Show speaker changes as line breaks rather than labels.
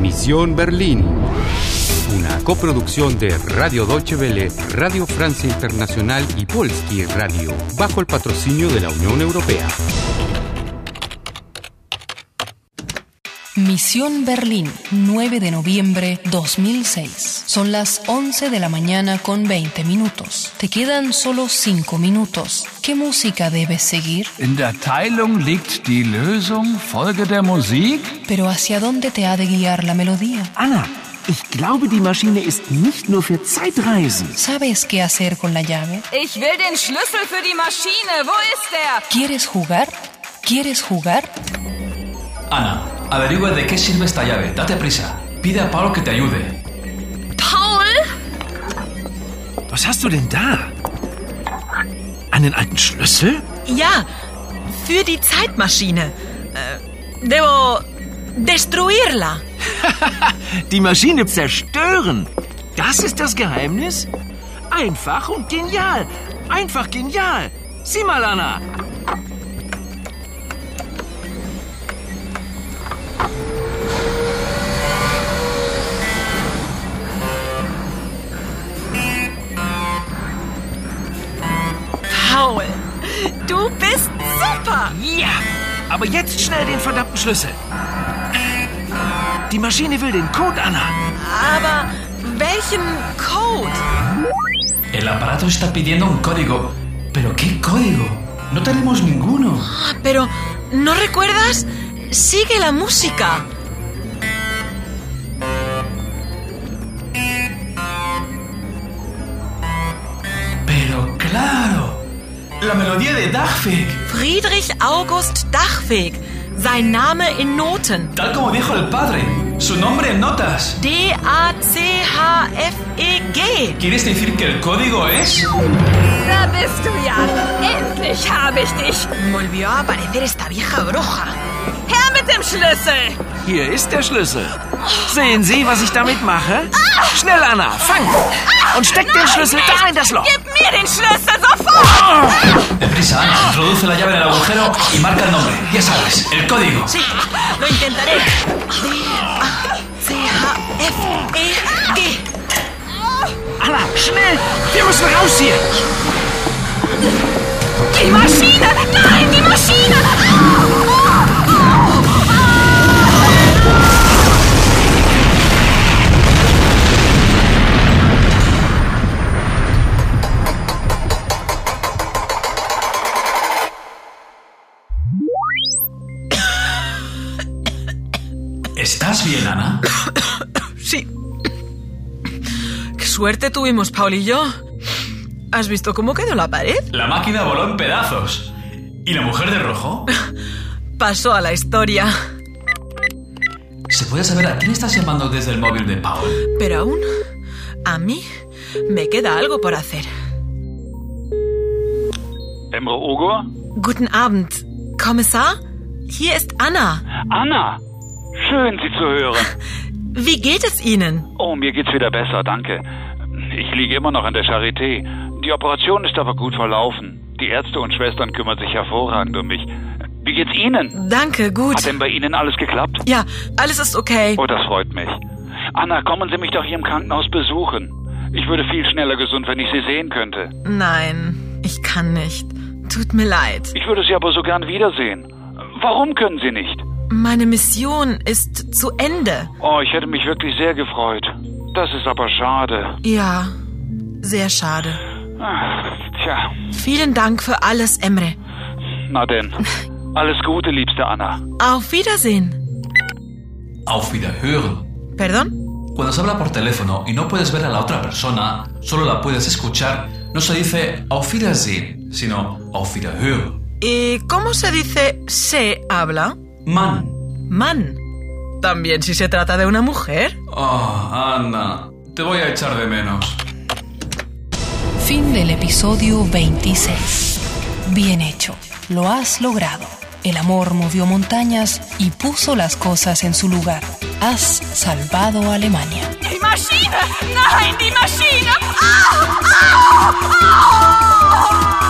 Misión Berlín. Una coproducción de Radio Deutsche Welle, Radio Francia Internacional y Polski Radio, bajo el patrocinio de la Unión Europea.
Misión Berlín, 9 de noviembre 2006. Son las 11 de la mañana con 20 minutos. Te quedan solo 5 minutos. ¿Qué música debes seguir?
In der Teilung liegt die Lösung. Folge der Musik.
¿Pero hacia dónde te ha de guiar la melodía?
Anna, ich glaube, die Maschine ist nicht nur für Zeitreisen.
¿Sabes qué hacer con la llave?
Ich will den Schlüssel für die Maschine. Wo ist er?
¿Quieres jugar? ¿Quieres jugar?
Ana, averigua de qué sirve esta llave. Date prisa. Pide a Paul que te ayude.
Paul?
Was hast du denn da? Einen alten Schlüssel?
Ja, für die Zeitmaschine. Äh, debo destruirla.
Die Maschine zerstören? Das ist das Geheimnis? Einfach und genial. Einfach genial. Sieh mal, Anna.
Paul, du bist super.
Ja, aber jetzt schnell den verdammten Schlüssel. Die Maschine will den Code, Anna.
Aber welchen Code?
El aparato está pidiendo un código. ¿Pero qué código? No tenemos ninguno.
Ah, Pero, ¿no recuerdas? Sigue la música.
Pero claro. La melodía de Dagfig.
Friedrich August Dachweg. Sein Name in Noten.
Tal como dijo el padre. Su nombre en notas.
D-A-C-H-F-E-G.
¿Quieres decir que el código es?
Da bist du ja. Endlich habe ich dich.
Volvió a aparecer esta vieja bruja.
Her mit dem Schlüssel.
Hier ist der Schlüssel. Sehen Sie, was ich damit mache? Schnell, Anna, fang! Und steck den Schlüssel da in das Loch.
Gib mir den Schlüssel sofort.
Deprisa, Ana. Introduce la llave en el agujero y marca el nombre. Ya sabes, el código.
Sí, lo intentaré. D-A-C-H-F-E-G.
Anna, schnell! Wir müssen raus hier!
Die Maschine. Nein, die Maschine.
¿Estás bien, Ana?
Sí. Qué suerte tuvimos, Paul y yo. ¿Has visto cómo quedó la pared?
La máquina voló en pedazos. ¿Y la mujer de rojo?
Pasó a la historia.
¿Se puede saber a quién estás llamando desde el móvil de Paul?
Pero aún, a mí me queda algo por hacer.
Emre Ogur?
Guten Abend, Kommissar. Hier ist Anna.
Anna! Schön, Sie zu hören.
Wie geht es Ihnen?
Oh, mir geht's wieder besser, danke. Ich liege immer noch in der Charité. Die Operation ist aber gut verlaufen. Die Ärzte und Schwestern kümmern sich hervorragend um mich. Wie geht's Ihnen?
Danke, gut.
Hat denn bei Ihnen alles geklappt?
Ja, alles ist okay.
Oh, das freut mich. Anna, kommen Sie mich doch hier im Krankenhaus besuchen. Ich würde viel schneller gesund, wenn ich Sie sehen könnte.
Nein, ich kann nicht. Tut mir leid.
Ich würde Sie aber so gern wiedersehen. Warum können Sie nicht?
Meine Mission ist zu Ende.
Oh, ich hätte mich wirklich sehr gefreut. Das ist aber schade.
Ja, sehr schade.
Ah, Tja,
Vielen Dank für alles, Emre.
na denn. Alles Gute, liebste Anna.
Auf Wiedersehen.
Auf Wiederhören.
¿Perdón?
Cuando se habla por teléfono y no puedes ver a la otra persona, solo la puedes escuchar, no se dice Auf Wiedersehen, sino Auf Wiederhören.
¿Y cómo se dice se habla?
Man.
Man. También si se trata de una mujer.
Oh, Ana, te voy a echar de menos.
Fin del episodio 26. Bien hecho, lo has logrado. El amor movió montañas y puso las cosas en su lugar. Has salvado a Alemania.
Die Maschine. Nein, die Maschine. Au, au, au.